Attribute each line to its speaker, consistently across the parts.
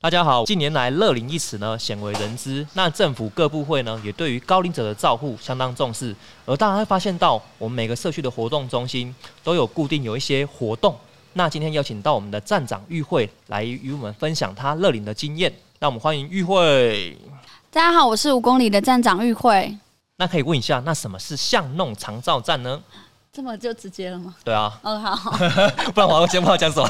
Speaker 1: 大家好，近年来“乐龄”一词呢鲜为人知，那政府各部会呢也对于高龄者的照护相当重视，而大家会发现到我们每个社区的活动中心都有固定有一些活动。那今天邀请到我们的站长玉慧来与我们分享她乐龄的经验，那我们欢迎玉慧。
Speaker 2: 大家好，我是五公里的站长玉慧。
Speaker 1: 那可以问一下，那什么是巷弄长照站呢？
Speaker 2: 这么就直接了吗？
Speaker 1: 对啊，
Speaker 2: 哦， 好。
Speaker 1: 不然我先不知道讲什么，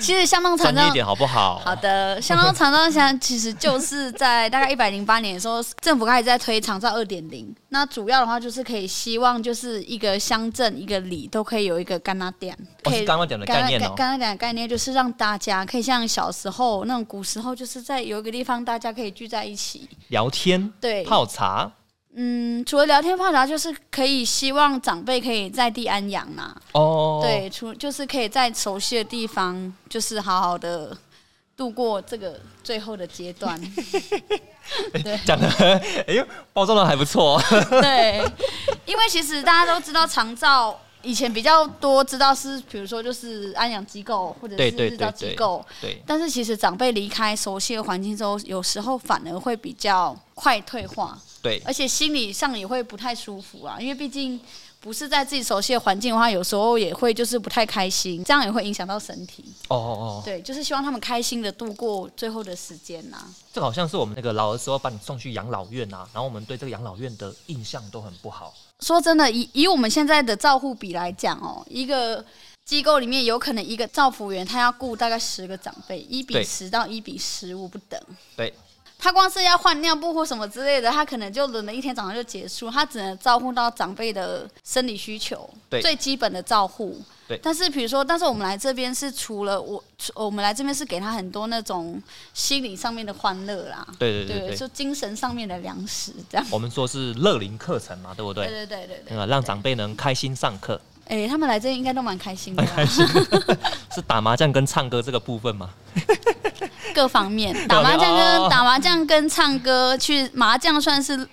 Speaker 2: 其实相当长
Speaker 1: 专业
Speaker 2: 照
Speaker 1: 一，点好不好？
Speaker 2: 好的，相当长照现在其实就是在大概一百零八年的时候，政府开始在推长照二点零。那主要的话就是可以希望就是一个乡镇一个里都可以有一个干拉店，
Speaker 1: 哦
Speaker 2: 可
Speaker 1: 是
Speaker 2: 以
Speaker 1: 刚刚讲的概念哦
Speaker 2: 刚。刚讲的概念就是让大家可以像小时候那种古时候，就是在有一个地方大家可以聚在一起。
Speaker 1: 聊天、
Speaker 2: 对，
Speaker 1: 泡茶，
Speaker 2: 嗯，除了聊天泡茶，就是可以希望长辈可以在地安养啊啦、
Speaker 1: 哦，，
Speaker 2: 对，除就是可以在熟悉的地方，就是好好的度过这个最后的阶 段。
Speaker 1: 讲的，哎呦，包装的还不错哦，
Speaker 2: 对，因为其实大家都知道长照。以前比较多知道是，比如说就是安养机构或者
Speaker 1: 对
Speaker 2: 是
Speaker 1: 对
Speaker 2: 日
Speaker 1: 对
Speaker 2: 照
Speaker 1: 对
Speaker 2: 机构，
Speaker 1: 对，
Speaker 2: 但是其实长辈离开熟悉的环境之后，有时候反而会比较快退化，
Speaker 1: 对，
Speaker 2: 而且心理上也会不太舒服啊，因为毕竟不是在自己熟悉的环境的话，有时候也会就是不太开心，这样也会影响到身体。
Speaker 1: 哦哦哦，
Speaker 2: 对，就是希望他们开心的度过最后的时间呐、
Speaker 1: 这个好像是我们那个老的时候把你送去养老院啊，然后我们对这个养老院的印象都很不好，
Speaker 2: 说真的，以以我们现在的照护比来讲哦，一个机构里面有可能一个照护员他要顾大概十个长辈，一比
Speaker 1: 对
Speaker 2: 十到一比十五不等。
Speaker 1: 对，
Speaker 2: 他光是要换尿布或什么之类的，他可能就轮了一天早上就结束，他只能照顾到长辈的生理需求，
Speaker 1: 对
Speaker 2: 最基本的照护。
Speaker 1: 对
Speaker 2: 但是比如说，但是我们来这边是除了我，除我们来这边是给他很多那种心理上面的欢乐啦，
Speaker 1: 对对对对，
Speaker 2: 就精神上面的粮食这样。
Speaker 1: 我们说是乐龄课程嘛，对不对？
Speaker 2: 对对对对。
Speaker 1: 那个让长辈能开心上课，
Speaker 2: 哎、他们来这边应该都蛮开心的、
Speaker 1: 很
Speaker 2: 啊，
Speaker 1: 开心，是打麻将跟唱歌这个部分嘛？
Speaker 2: 各方面打麻将
Speaker 1: 哦
Speaker 2: 跟打麻将跟唱歌去麻将算是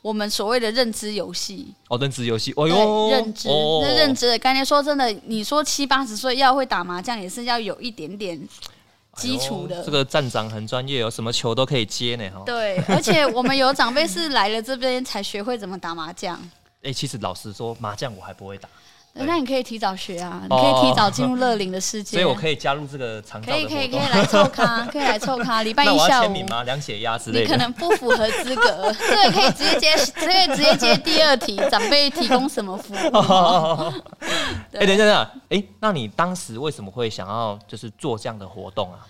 Speaker 2: 我们所谓的认知游戏，
Speaker 1: 哦，认知游戏，哎呦，
Speaker 2: 对，认知，
Speaker 1: 哦
Speaker 2: 那认知的概念。说真的，你说七八十岁要会打麻将，也是要有一点点基础
Speaker 1: 哎
Speaker 2: 的。
Speaker 1: 呦这个站长很专业哦，有什么球都可以接呢哈。
Speaker 2: 对，而且我们有长辈是来了这边才学会怎么打麻将，
Speaker 1: 哎、其实老实说，麻将我还不会打，对
Speaker 2: 那你可以提早学啊，你
Speaker 1: 哦
Speaker 2: 可以提早进入乐龄的世界。啊
Speaker 1: 所以我可以加入这个长照
Speaker 2: 可以
Speaker 1: 的
Speaker 2: 可
Speaker 1: 活
Speaker 2: 以可以
Speaker 1: 动。
Speaker 2: 来凑咖，可以来凑咖，礼 拜
Speaker 1: 那
Speaker 2: 一
Speaker 1: 我要
Speaker 2: 下
Speaker 1: 签
Speaker 2: 午
Speaker 1: 名。吗？量血压之类
Speaker 2: 你可
Speaker 1: 的。
Speaker 2: 能不符合资格， 这个可以直接接，这个直接接第二题，长辈提供什么服务？
Speaker 1: 哎、等一下，等一下，哎、那你当时为什么会想要就是做这样的活动啊？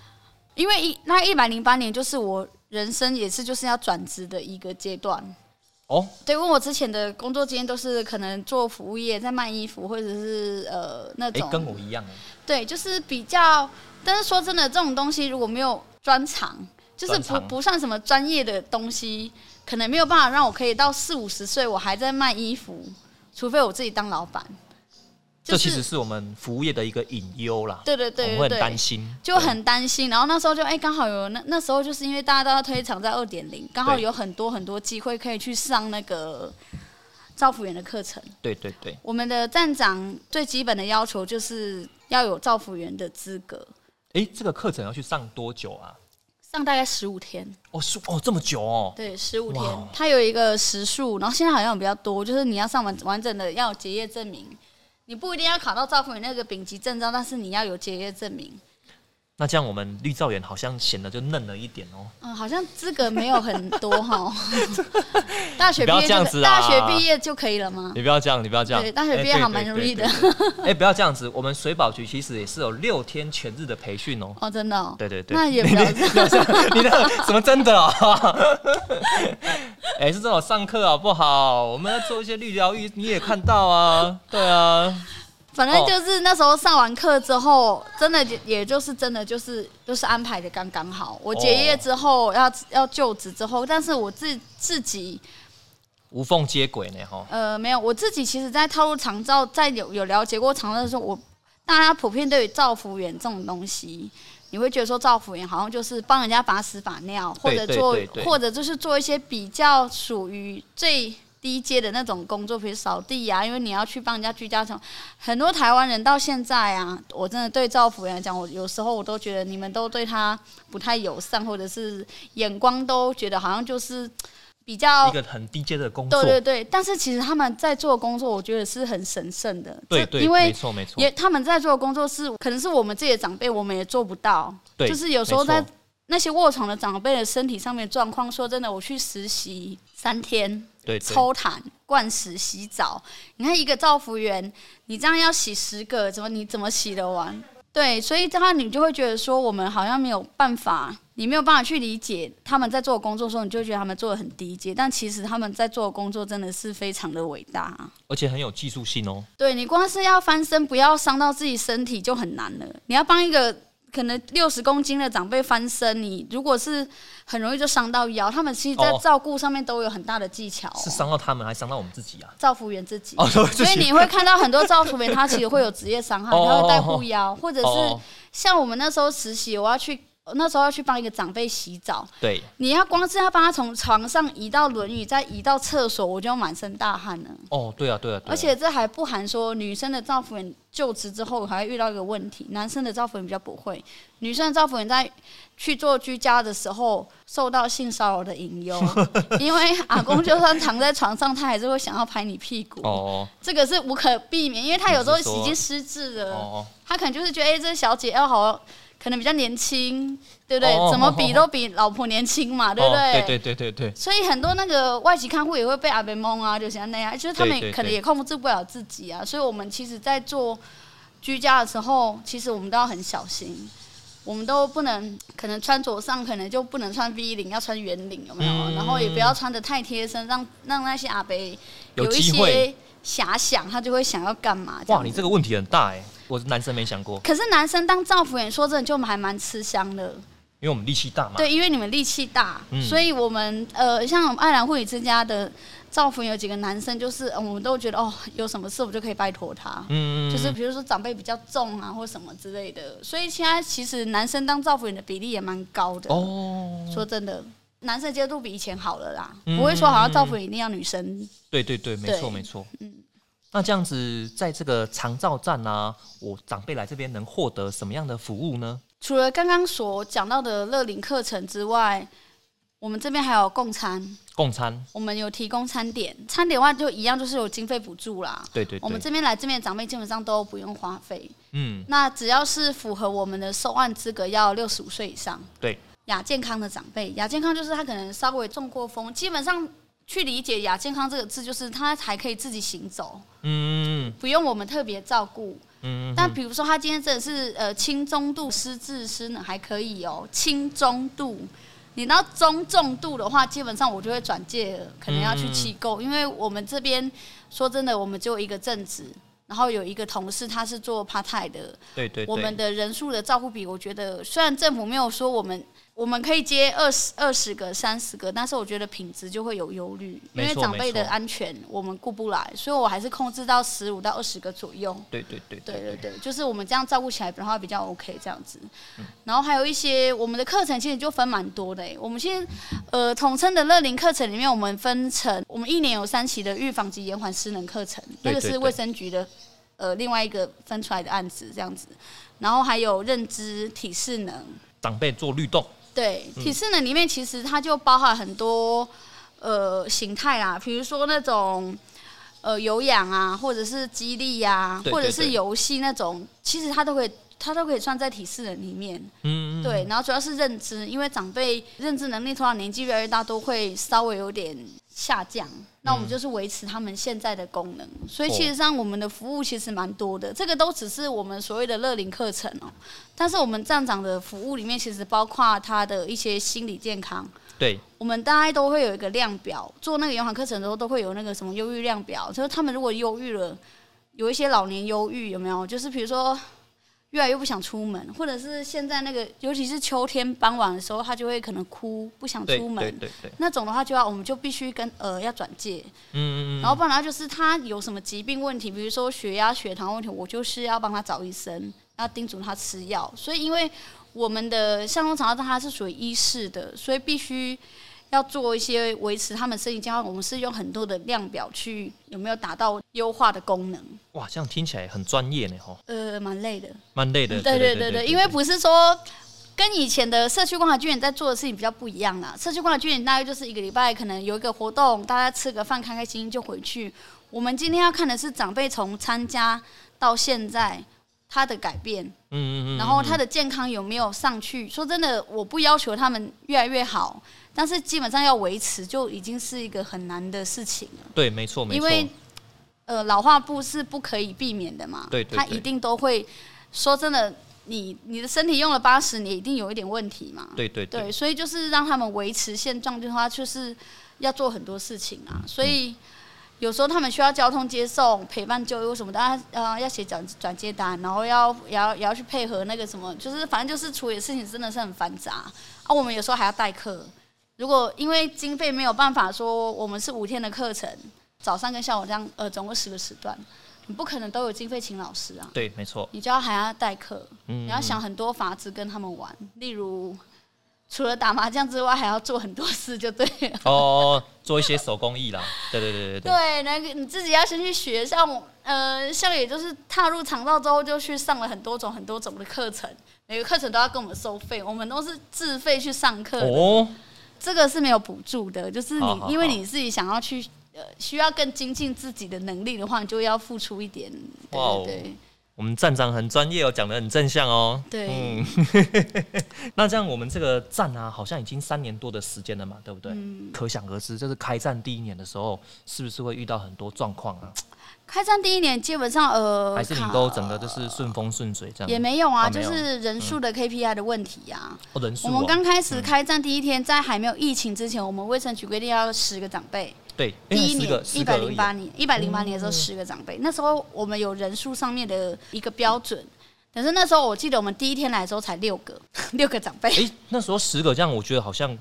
Speaker 2: 因为一那一百零八年就是我人生也是就是要转职的一个阶段，
Speaker 1: 哦，
Speaker 2: 对，因为我之前的工作经验都是可能做服务业，在卖衣服或者是呃那
Speaker 1: 哎、
Speaker 2: 种，
Speaker 1: 跟我一样，
Speaker 2: 对，就是比较。但是说真的，这种东西如果没有专长，就是
Speaker 1: 专
Speaker 2: 不
Speaker 1: 长
Speaker 2: 不算什么专业的东西，可能没有办法让我可以到四五十岁我还在卖衣服，除非我自己当老板。就
Speaker 1: 这其
Speaker 2: 是
Speaker 1: 实是我们服务业的一个隐忧啦。
Speaker 2: 对对对
Speaker 1: 我们会
Speaker 2: 对
Speaker 1: 很担
Speaker 2: 对，
Speaker 1: 心，
Speaker 2: 就很担心。然后那时候就哎，诶刚好有那那时候就是因为大家都要推场在二点零，刚好
Speaker 1: 对
Speaker 2: 有很多很多机会可以去上那个造福员的课程。
Speaker 1: 对对对
Speaker 2: 我们的站长最基本的要求就是要有造福员的资格，
Speaker 1: 对。哎、这个课程要去上多久啊？
Speaker 2: 上大概十五天，
Speaker 1: 哦，是哦，这么久哦。
Speaker 2: 对，十五
Speaker 1: 哇哦
Speaker 2: 天。它有一个时数，然后现在好像比较多，就是你要上完完整的要有结业证明，你不一定要考到造福员那个丙级证照，但是你要有结业证明。
Speaker 1: 那这样我们绿照员好像显得就嫩了一点哦。
Speaker 2: 嗯，好像资格没有很多哈。 大学
Speaker 1: 你不要
Speaker 2: 毕业
Speaker 1: 这
Speaker 2: 就
Speaker 1: 样
Speaker 2: 可
Speaker 1: 子
Speaker 2: 大
Speaker 1: 啦
Speaker 2: 学毕业就可以了吗？
Speaker 1: 你不要这样，你不要这样。
Speaker 2: 对大学
Speaker 1: 哎
Speaker 2: 毕业还蛮容易的。
Speaker 1: 对对对对对哎、不要这样子，我们水保局其实也是有六天全日的培训哦。
Speaker 2: 哦，真的、哦。
Speaker 1: 对对对，
Speaker 2: 那也不要
Speaker 1: 你你你那个什么真的哦？ 哎、是这种上课好不好？我们要做一些绿疗愈，你也看到啊，对啊，
Speaker 2: 反正就是那时候上完课之后，真的也也就是真的就是就是安排的刚刚好。我结业之后要要就职之后，但是我自自己
Speaker 1: 无缝接轨呢哈。
Speaker 2: 呃没有，我自己其实在踏入长照，在有有了解过长照的时候，我大家普遍对于照服员这种东西，你会觉得说照服员好像就是帮人家把屎把尿，或
Speaker 1: 对
Speaker 2: 者
Speaker 1: 对
Speaker 2: 做
Speaker 1: 对对
Speaker 2: 或者就是做一些比较属于最低阶的那种工作，比如扫地啊，因为你要去帮人家居家什么。很多台湾人到现在啊，我真的对赵福源来讲，我有时候我都觉得你们都对他不太友善，或者是眼光都觉得好像就是比较
Speaker 1: 一个很低阶的工作
Speaker 2: 哦对，对对，但是其实他们在做的工作，我觉得是很神圣的。
Speaker 1: 对
Speaker 2: 这
Speaker 1: 对，
Speaker 2: 因
Speaker 1: 没
Speaker 2: 为
Speaker 1: 错没错
Speaker 2: 也，他们在做的工作是，可能是我们自己的长辈，我们也做不到。
Speaker 1: 对
Speaker 2: 就是有时候
Speaker 1: 没错
Speaker 2: 在那些卧床的长辈的身体上面状况，说真的，我去实习三天，
Speaker 1: 对对
Speaker 2: 抽痰、灌食、洗澡，你看一个造福员，你这样要洗十个，怎么你怎么洗得完？对，所以这样你就会觉得说，我们好像没有办法，你没有办法去理解他们在做的工作的时候，你就会觉得他们做的很低阶，但其实他们在做的工作真的是非常的伟大、啊
Speaker 1: 而且很有技术性哦。
Speaker 2: 对你光是要翻身，不要伤到自己身体就很难了。你要帮一个可能六十公斤的长辈翻身，你如果是很容易就伤到腰，他们其实在
Speaker 1: 哦
Speaker 2: 照顾上面都有很大的技巧、
Speaker 1: 是
Speaker 2: 哦。
Speaker 1: 伤到他们，还伤到我们自己啊！
Speaker 2: 照服员自己，
Speaker 1: 哦，对
Speaker 2: 所以你会看到很多照服员，他其实会有职业伤害，
Speaker 1: 哦
Speaker 2: 他会带护腰，或者是
Speaker 1: 哦，
Speaker 2: 像我们那时候实习，我要去那时候要去帮一个长辈洗澡，
Speaker 1: 对，
Speaker 2: 你要光是要帮他从床上移到轮椅，再移到厕所，我就满身大汗了。
Speaker 1: 哦，对啊，对啊，对啊
Speaker 2: 而且这还不含说女生的照服员就职之后还会遇到一个问题，男生的照服员比较不会，女生的照服员在去做居家的时候受到性骚扰的 隐忧，因为阿公就算躺在床上，他还是会想要拍你屁股，
Speaker 1: 哦
Speaker 2: 这个是无可避免，因为他有时候
Speaker 1: 你是说
Speaker 2: 已经失智
Speaker 1: 哦
Speaker 2: 了，
Speaker 1: 哦，
Speaker 2: 他可能就是觉得哎、这小姐要好，可能比较年轻，对不对？
Speaker 1: 哦
Speaker 2: 怎么比都比老婆年轻嘛，对不
Speaker 1: 哦对对对对对，
Speaker 2: 所以很多那个外籍看护也会被阿伯蒙啊，就像那样，就是他
Speaker 1: 对对
Speaker 2: 们
Speaker 1: 对
Speaker 2: 可能也控制不了自己啊。所以我们其实，在做居家的时候，其实我们都要很小心，我们都不能可能穿着上可能就不能穿 V 领，要穿圆领，有没有？
Speaker 1: 嗯
Speaker 2: 然后也不要穿的太贴身，让让那些阿伯
Speaker 1: 有
Speaker 2: 一
Speaker 1: 机会
Speaker 2: 些遐想，他就会想要干嘛这
Speaker 1: 哇，
Speaker 2: 样
Speaker 1: 你
Speaker 2: 子。
Speaker 1: 这个问题很大哎，我是男生没想过，
Speaker 2: 可是男生当造福员，说真的就还蛮吃香的。
Speaker 1: 因为我们力气大嘛，
Speaker 2: 对，因为你们力气大，
Speaker 1: 嗯
Speaker 2: 所以我们呃，像我们爱兰护理之家的赵福有几个男生，就是、呃我们都觉得哦，有什么事我就可以拜托他。
Speaker 1: 嗯，嗯，
Speaker 2: 就是
Speaker 1: 嗯
Speaker 2: 比如说长辈比较重啊，或什么之类的，所以现在其实男生当造福员的比例也蛮高的。
Speaker 1: 哦，
Speaker 2: 说真的，男生接受度比以前好了啦，
Speaker 1: 嗯
Speaker 2: 不会说好像造福员一定要女生。
Speaker 1: 对对对，没错
Speaker 2: 对
Speaker 1: 没错，
Speaker 2: 嗯
Speaker 1: 那这样子，在这个长照站啊，我长辈来这边能获得什么样的服务呢？
Speaker 2: 除了刚刚所讲到的乐龄课程之外，我们这边还有共餐，
Speaker 1: 共餐，
Speaker 2: 我们有提供餐点，餐点的话就一样就是有经费补助啦。
Speaker 1: 对对
Speaker 2: 我们
Speaker 1: 对，
Speaker 2: 这边来这边的长辈基本上都不用花费，
Speaker 1: 嗯，
Speaker 2: 那只要是符合我们的受案资格，要六十五岁以上，
Speaker 1: 对，
Speaker 2: 亚健康的长辈，亚健康就是他可能稍微中过风，基本上去理解亚健康这个字，就是他还可以自己行走，
Speaker 1: 嗯嗯
Speaker 2: 不用我们特别照顾。
Speaker 1: 嗯，
Speaker 2: 但比如说他今天真的是呃轻中度失智失能还可以哦，轻中度。你到中重度的话，基本上我就会转介了，可能要去
Speaker 1: 嗯
Speaker 2: 机构，因为我们这边说真的，我们只有一个正职，然后有一个同事他是做 part time 的，
Speaker 1: 对对对，
Speaker 2: 我们的人数的照顾比，我觉得虽然政府没有说我们我们可以接二十二十个、三十个，但是我觉得品质就会有忧虑，因
Speaker 1: 没错
Speaker 2: 为长辈
Speaker 1: 没
Speaker 2: 的
Speaker 1: 错
Speaker 2: 安全我们顾不来，所以我还是控制到十五到二十个左右。
Speaker 1: 对对对
Speaker 2: 对对对，就是我们这样照顾起来的话比较 OK 这样子。
Speaker 1: 嗯
Speaker 2: 然后还有一些我们的课程其实就分蛮多的诶、欸我们现在呃统称的乐龄课程里面，我们分成我们一年有三期的预防及延缓失能课程，
Speaker 1: 对
Speaker 2: 那个
Speaker 1: 对
Speaker 2: 是
Speaker 1: 对
Speaker 2: 卫生局的呃另外一个分出来的案子这样子。然后还有认知体适能，
Speaker 1: 长辈做律动，
Speaker 2: 对，
Speaker 1: 嗯
Speaker 2: 体适能里面其实它就包含很多呃形态啦，比如说那种呃有氧啊，或者是激励呀、
Speaker 1: 对对
Speaker 2: 或者是游戏那种，其实它都可以。它都可以算在体适能里面，
Speaker 1: 嗯，嗯，
Speaker 2: 对，然后主要是认知，因为长辈认知能力通常年纪越来越大，都会稍微有点下降。那我们就是维持他们现在的功能，所以其实上我们的服务其实蛮多的，这个都只是我们所谓的乐龄课程哦、但是我们站长的服务里面，其实包括他的一些心理健康，
Speaker 1: 对，
Speaker 2: 我们大概都会有一个量表，做那个延缓课程的时候都会有那个什么忧郁量表，就是他们如果忧郁了，有一些老年忧郁有没有？就是比如说越来越不想出门，或者是现在那个，尤其是秋天傍晚的时候，他就会可能哭，不想
Speaker 1: 对
Speaker 2: 出
Speaker 1: 对
Speaker 2: 门。
Speaker 1: 对对，
Speaker 2: 那种的话，就要我们就必须跟呃要转介，
Speaker 1: 嗯嗯嗯，
Speaker 2: 然后不然他就是他有什么疾病问题，比如说血压、血糖问题，我就是要帮他找医生，要叮嘱他吃药。所以因为我们的向东长照它是属于医事的，所以必须要做一些维持他们身体健康，我们是用很多的量表去有没有达到优化的功能，
Speaker 1: 哇，这样听起来很专业呢，吼，
Speaker 2: 呃，蛮累的。
Speaker 1: 蛮累的。
Speaker 2: 嗯对对
Speaker 1: 对
Speaker 2: 对对，因为不是说跟以前的社区观察据点在做的事情比较不一样啦。社区观察据点大概就是一个礼拜可能有一个活动，大家吃个饭，开开心心就回去。我们今天要看的是长辈从参加到现在他的改变，
Speaker 1: 嗯嗯嗯，
Speaker 2: 然后他
Speaker 1: 的
Speaker 2: 的健康有没有上去？说真的，我不要求他们越来越好，但是基本上要维持就已经是一个很难的事情了。
Speaker 1: 对，没错没
Speaker 2: 因
Speaker 1: 错，
Speaker 2: 为呃老化部是不可以避免的嘛，
Speaker 1: 对对
Speaker 2: 它
Speaker 1: 对
Speaker 2: 一定都会说真的，你你的身体用了八十，你一定有一点问题嘛，
Speaker 1: 对对对，
Speaker 2: 所以就是让他们维持现状的话，就是要做很多事情
Speaker 1: 嗯
Speaker 2: 啊，所以。有时候他们需要交通接送、陪伴就医什么的，啊，呃，要写转转接单，然后要也要也要去配合那个什么，就是反正就是处理的事情真的是很繁杂啊。我们有时候还要代课，如果因为经费没有办法说我们是五天的课程，早上跟下午这样，呃，总共十个时段，你不可能都有经费请老师啊，
Speaker 1: 对没错，
Speaker 2: 你就要还要代课，
Speaker 1: 嗯，
Speaker 2: 你要
Speaker 1: 嗯
Speaker 2: 想很多法子跟他们玩，例如除了打麻将之外，还要做很多事，就对了。
Speaker 1: 哦哦，哦做一些手工艺啦，对对对对对，
Speaker 2: 对，那个你自己要先去学，像我，呃，像也就是踏入长照之后，就去上了很多种很多种的课程，每个课程都要跟我们收费，我们都是自费去上课的。
Speaker 1: 哦，
Speaker 2: 这个是没有补助的，就是你
Speaker 1: 好好
Speaker 2: 因为你自己想要去呃需要更精进自己的能力的话，你就要付出一点，对
Speaker 1: 哇哦
Speaker 2: 对对
Speaker 1: 我们站长很专业哦，讲的很正向哦。
Speaker 2: 对
Speaker 1: 嗯，那这样我们这个站啊，好像已经三年多的时间了嘛，对不对？
Speaker 2: 嗯
Speaker 1: 可想而知，就是开站第一年的时候，是不是会遇到很多状况啊？
Speaker 2: 开战第一年基本上呃，
Speaker 1: 还是你
Speaker 2: 卡
Speaker 1: 都整个就是顺风顺水这样？
Speaker 2: 也没有啊，
Speaker 1: 啊
Speaker 2: 就
Speaker 1: 没有
Speaker 2: 是人数的 KPI 的问题啊。
Speaker 1: 哦，人数、
Speaker 2: 我
Speaker 1: 哦。
Speaker 2: 们刚开始开战第一天，在还没有疫情之前，我们卫生局规定要十个长辈。
Speaker 1: 对，
Speaker 2: 第一
Speaker 1: 哎十个
Speaker 2: 年一
Speaker 1: 十个
Speaker 2: 百
Speaker 1: 而
Speaker 2: 零
Speaker 1: 已
Speaker 2: 八
Speaker 1: 啊。
Speaker 2: 年，一百零八年的时候十个长辈，那时候我们有人数上面的一个标准，但是那时候我记得我们第一天来的时候才六个， 六个长辈，
Speaker 1: 哎、那时候十个这样，我觉得好像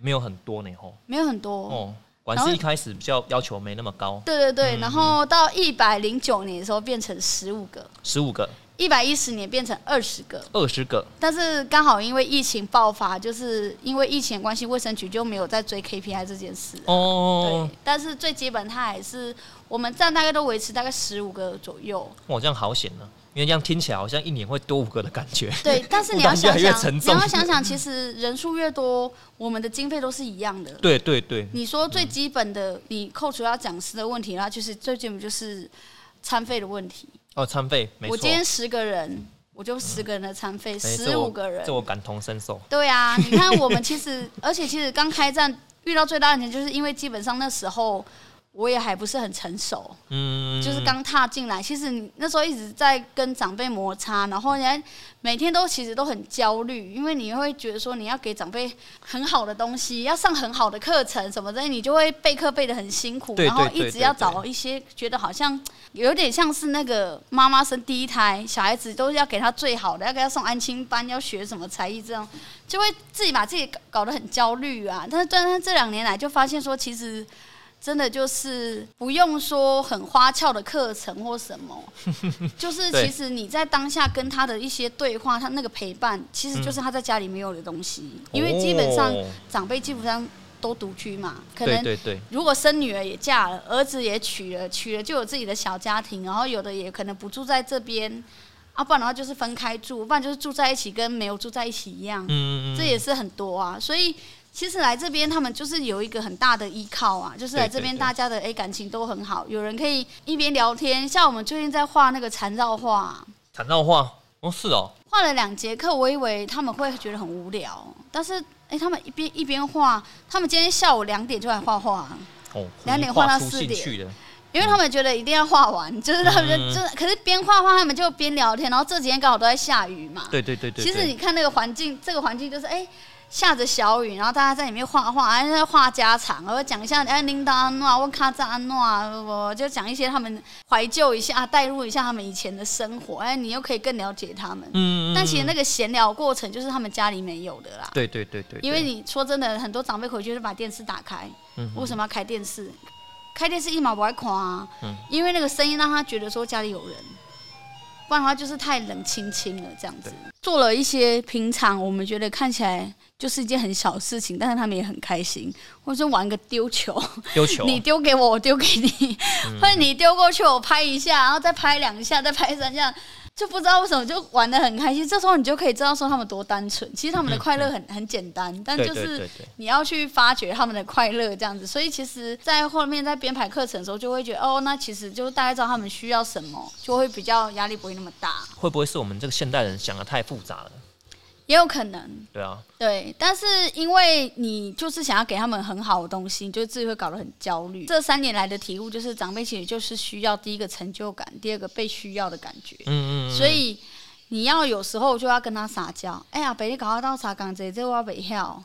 Speaker 1: 没有很多呢，吼。
Speaker 2: 没有很多。
Speaker 1: 哦，果
Speaker 2: 然
Speaker 1: 然
Speaker 2: 后
Speaker 1: 是一开始比较要求没那么高，
Speaker 2: 对对对，
Speaker 1: 嗯
Speaker 2: 然后到一百零九年的时候变成十五个，
Speaker 1: 十五个、
Speaker 2: 一百一十年变成二十个，
Speaker 1: 二十个，
Speaker 2: 但是刚好因为疫情爆发，就是因为疫情的关系，卫生局就没有在追 KPI 这件事。
Speaker 1: 哦
Speaker 2: 对，，但是最基本它还是我们站大概都维持大概十五个左右。
Speaker 1: 哇，这样好险呢、啊因为这样听起来好像一年会多五个的感觉。
Speaker 2: 对，但是你要想
Speaker 1: 负担越来越
Speaker 2: 想，
Speaker 1: 沉
Speaker 2: 你
Speaker 1: 重
Speaker 2: 要想想，其实人数越多，我们的经费都是一样的。
Speaker 1: 对对对，
Speaker 2: 你说最基本的，你扣除要讲师的问题，那就是最基本就是餐费的问题。
Speaker 1: 哦，餐费没错。
Speaker 2: 我今天十个人，我就十个人的餐费，
Speaker 1: 哎
Speaker 2: 十
Speaker 1: 这我
Speaker 2: 五个人
Speaker 1: 这。我感同身受。
Speaker 2: 对啊，你看我们其实，而且其实刚开战遇到最大的问题，就是因为基本上那时候我也还不是很成熟，
Speaker 1: 嗯，
Speaker 2: 就是刚踏进来。其实你那时候一直在跟长辈摩擦，然后人家每天都其实都很焦虑，因为你会觉得说你要给长辈很好的东西，要上很好的课程什么的，你就会备课备的很辛苦，
Speaker 1: 对
Speaker 2: 然后
Speaker 1: 对对
Speaker 2: 一直要
Speaker 1: 对对
Speaker 2: 找一些觉得好像有点像是那个妈妈生第一胎小孩子都要给他最好的，要给他送安亲班，要学什么才艺这样。就会自己把自己搞搞得很焦虑啊。但是，但是这两年来就发现说，其实真的就是不用说很花俏的课程或什 么，就是
Speaker 1: 对
Speaker 2: 其实你在当下跟他的一些对话，他那个陪伴，其
Speaker 1: 嗯
Speaker 2: 实就是他在家里没有的东西，因为基本上
Speaker 1: 哦
Speaker 2: 长辈基本上都独居嘛，可
Speaker 1: 对
Speaker 2: 能
Speaker 1: 对对，
Speaker 2: 如果生女儿也嫁了，儿子也娶了，娶了就有自己的小家庭，然后有的也可能不住在这边，啊，不然的话就是分开住，不然就是住在一起，跟没有住在一起一样，
Speaker 1: 嗯，嗯
Speaker 2: 这也是很多啊。所以其实来这边他们就是有一个很大的依靠啊，就是来这
Speaker 1: 对
Speaker 2: 边
Speaker 1: 对对
Speaker 2: 大家的诶感情都很好，有人可以一边聊天，像我们最近在画那个缠绕画。
Speaker 1: 惨到话哦，是哦，
Speaker 2: 画了两节课，我以为他们会觉得很无聊，但是哎、诶他们一边一边画，他们今天下午两点就来画画，
Speaker 1: 哦，
Speaker 2: 两点
Speaker 1: 忽然
Speaker 2: 换到
Speaker 1: 出
Speaker 2: 四
Speaker 1: 兴
Speaker 2: 点
Speaker 1: 趣了，
Speaker 2: 因为他们觉得一定要画完，就是他们就、
Speaker 1: 嗯
Speaker 2: 就是，可是边画画他们就边聊天，然后这几天刚好都在下雨嘛。
Speaker 1: 对对对对。
Speaker 2: 其实
Speaker 1: 对
Speaker 2: 你看那个环境，这个环境就是哎、下着小雨，然后大家在里面画画，哎在画家常，然后讲一下哎琳达安诺啊，问卡扎安诺啊，我就讲一些他们怀旧一下，带入一下他们以前的生活，哎，你又可以更了解他们。
Speaker 1: 嗯，嗯
Speaker 2: 但其实那
Speaker 1: 嗯
Speaker 2: 个闲聊过程就是他们家里没有的啦。
Speaker 1: 对对对对，
Speaker 2: 因为
Speaker 1: 对
Speaker 2: 你说真的，很多长辈回去就把电视打开，
Speaker 1: 嗯哼
Speaker 2: 为什么要开电视？开电视一毛不爱看啊，
Speaker 1: 嗯
Speaker 2: 因为那个声音让他觉得说家里有人，不然的话就是太冷清清了这样子。做了一些平常我们觉得看起来就是一件很小的事情，但是他们也很开心，或者是玩个丢球，
Speaker 1: 丢球，啊
Speaker 2: 你丢给我，我丢给你，
Speaker 1: 嗯
Speaker 2: 或者你丢过去，我拍一下，然后再拍两下，再拍三下，就不知道为什么就玩的很开心。这时候你就可以知道说他们多单纯，其实他们的快乐很、很简单，
Speaker 1: 嗯
Speaker 2: 但
Speaker 1: 对
Speaker 2: 就
Speaker 1: 对对
Speaker 2: 是
Speaker 1: 对，
Speaker 2: 你要去发掘他们的快乐这样子。所以其实，在后面在编排课程的时候，就会觉得哦，那其实就大概知道他们需要什么，就会比较压力不会那么大，
Speaker 1: 会不会是我们这个现代人想的太复杂了？
Speaker 2: 也有可能。
Speaker 1: 对啊，
Speaker 2: 对，但是因为你就是想要给他们很好的东西，你就自己会搞得很焦虑。这三年来的体悟就是，长辈其实就是需要第一个成就感，第二个被需要的感觉。
Speaker 1: 嗯嗯嗯，
Speaker 2: 所以你要有时候就要跟他撒娇，哎呀，北你搞到啥港这这我北跳。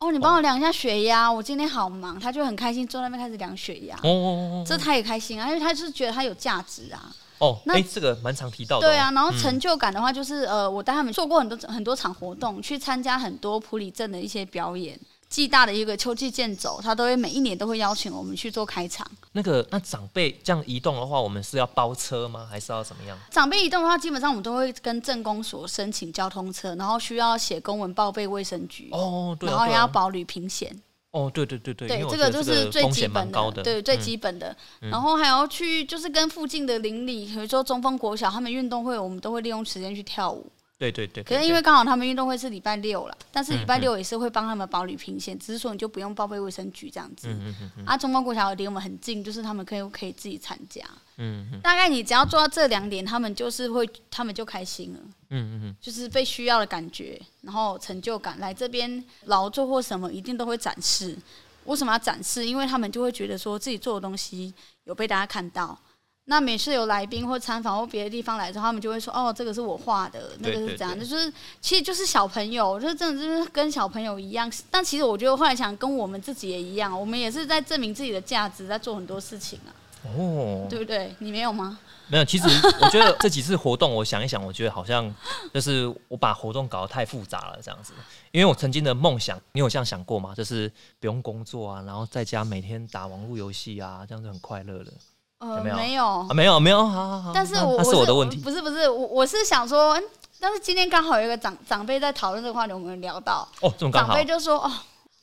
Speaker 2: 哦，你帮我量一下血压，我今天好忙，他就很开心，坐那边开始量血压，
Speaker 1: 哦哦
Speaker 2: 这他也开心啊，因为他就是觉得他有价值
Speaker 1: 哦
Speaker 2: 啊。
Speaker 1: 哦，
Speaker 2: 那
Speaker 1: 哎、这个蛮常提到的、哦，
Speaker 2: 对啊，然后成就感的话，就是、呃，我带他们做过很多很多场活动，去参加很多普里镇的一些表演。暨大的一个秋季健走，他都会每一年都会邀请我们去做开场。
Speaker 1: 那个那长辈这样移动的话，我们是要包车吗？还是要怎么样？
Speaker 2: 长辈移动的话，基本上我们都会跟镇公所申请交通车，然后需要写公文报备卫生局，
Speaker 1: 哦，对
Speaker 2: 嗯然
Speaker 1: 啊，
Speaker 2: 后
Speaker 1: 对
Speaker 2: 还
Speaker 1: 啊
Speaker 2: 要保旅平险。
Speaker 1: 哦，对对对对，因
Speaker 2: 对
Speaker 1: 为，我
Speaker 2: 这
Speaker 1: 觉
Speaker 2: 个
Speaker 1: 得
Speaker 2: 就是最
Speaker 1: 风
Speaker 2: 基
Speaker 1: 险蛮
Speaker 2: 本
Speaker 1: 高
Speaker 2: 的，
Speaker 1: 的，
Speaker 2: 对，最
Speaker 1: 嗯
Speaker 2: 基本的。然后还要去，就是跟附近的邻里，比如说中峰国小，他们运动会，我们都会利用时间去跳舞。
Speaker 1: 对对对。
Speaker 2: 可
Speaker 1: 对
Speaker 2: 是因为刚好他们运动会是礼拜六了，但是礼拜
Speaker 1: 嗯嗯
Speaker 2: 六也是会帮他们保理平险，只是说你就不用报备卫生局这样子。
Speaker 1: 对嗯嗯嗯嗯
Speaker 2: 啊，中光国小离我们很近，就是他们可以可以自己参加。
Speaker 1: 嗯嗯
Speaker 2: 大概你只要做到这两点，他们就是会，他们就开心了，
Speaker 1: 嗯嗯
Speaker 2: 就是被需要的感觉，然后成就感。来这边劳作或什么，一定都会展示。为什么要展示？因为他们就会觉得说自己做的东西有被大家看到。那每次有来宾或参访或别的地方来的时候，他们就会说：“哦，这个是我画的，那
Speaker 1: 对
Speaker 2: 个是
Speaker 1: 对
Speaker 2: 怎样的。
Speaker 1: 对
Speaker 2: 就是其实就是小朋友，就真的就是跟小朋友一样。但其实我觉得后来想，跟我们自己也一样，我们也是在证明自己的价值，在做很多事情啊，
Speaker 1: 嗯哦，
Speaker 2: 对不对？你没有吗？
Speaker 1: 没有，其实我觉得这几次活动，我想一想，我觉得好像就是我把活动搞得太复杂了，这样子。因为我曾经的梦想，你有这样想过吗？就是不用工作啊，然后在家每天打网络游戏啊，这样子很快乐的
Speaker 2: 呃
Speaker 1: 有没有
Speaker 2: 没有
Speaker 1: 啊？。没有，没有，好好好。
Speaker 2: 但是
Speaker 1: 那
Speaker 2: 我
Speaker 1: 那是
Speaker 2: 我
Speaker 1: 我的问题。
Speaker 2: 不是不是我我是想说，嗯但是今天刚好有一个长长辈在讨论这个话题，我们聊到
Speaker 1: 哦，这么刚
Speaker 2: 长
Speaker 1: 好
Speaker 2: 辈。就说哦。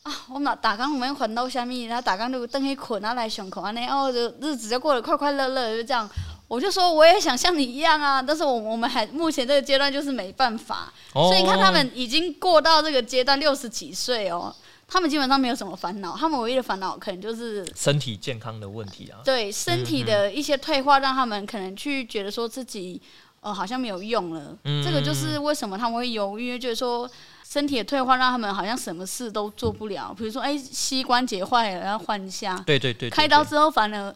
Speaker 2: 啊，我们打工，我们还到下面，然后打工就等去困，然后来上课，安尼哦，就日子就过得快快乐乐，就这样。我就说我也想像你一样啊，但是我我们还目前这个阶段就是没办法，
Speaker 1: 哦
Speaker 2: 所以你看他们已经过到这个阶段，六十几岁哦，他们基本上没有什么烦恼，他们唯一的烦恼可能就是
Speaker 1: 身体健康的问题啊。
Speaker 2: 对身体的一些退化，让他们可能去觉得说自己呃好像没有用了。
Speaker 1: 嗯
Speaker 2: 这个就是为什么他们会犹豫，因为觉得说身体的退化让他们好像什么事都做不了。比如说，哎、膝关节坏了要换一下，
Speaker 1: 对对嗯对，对
Speaker 2: 开刀
Speaker 1: 对
Speaker 2: 之后反而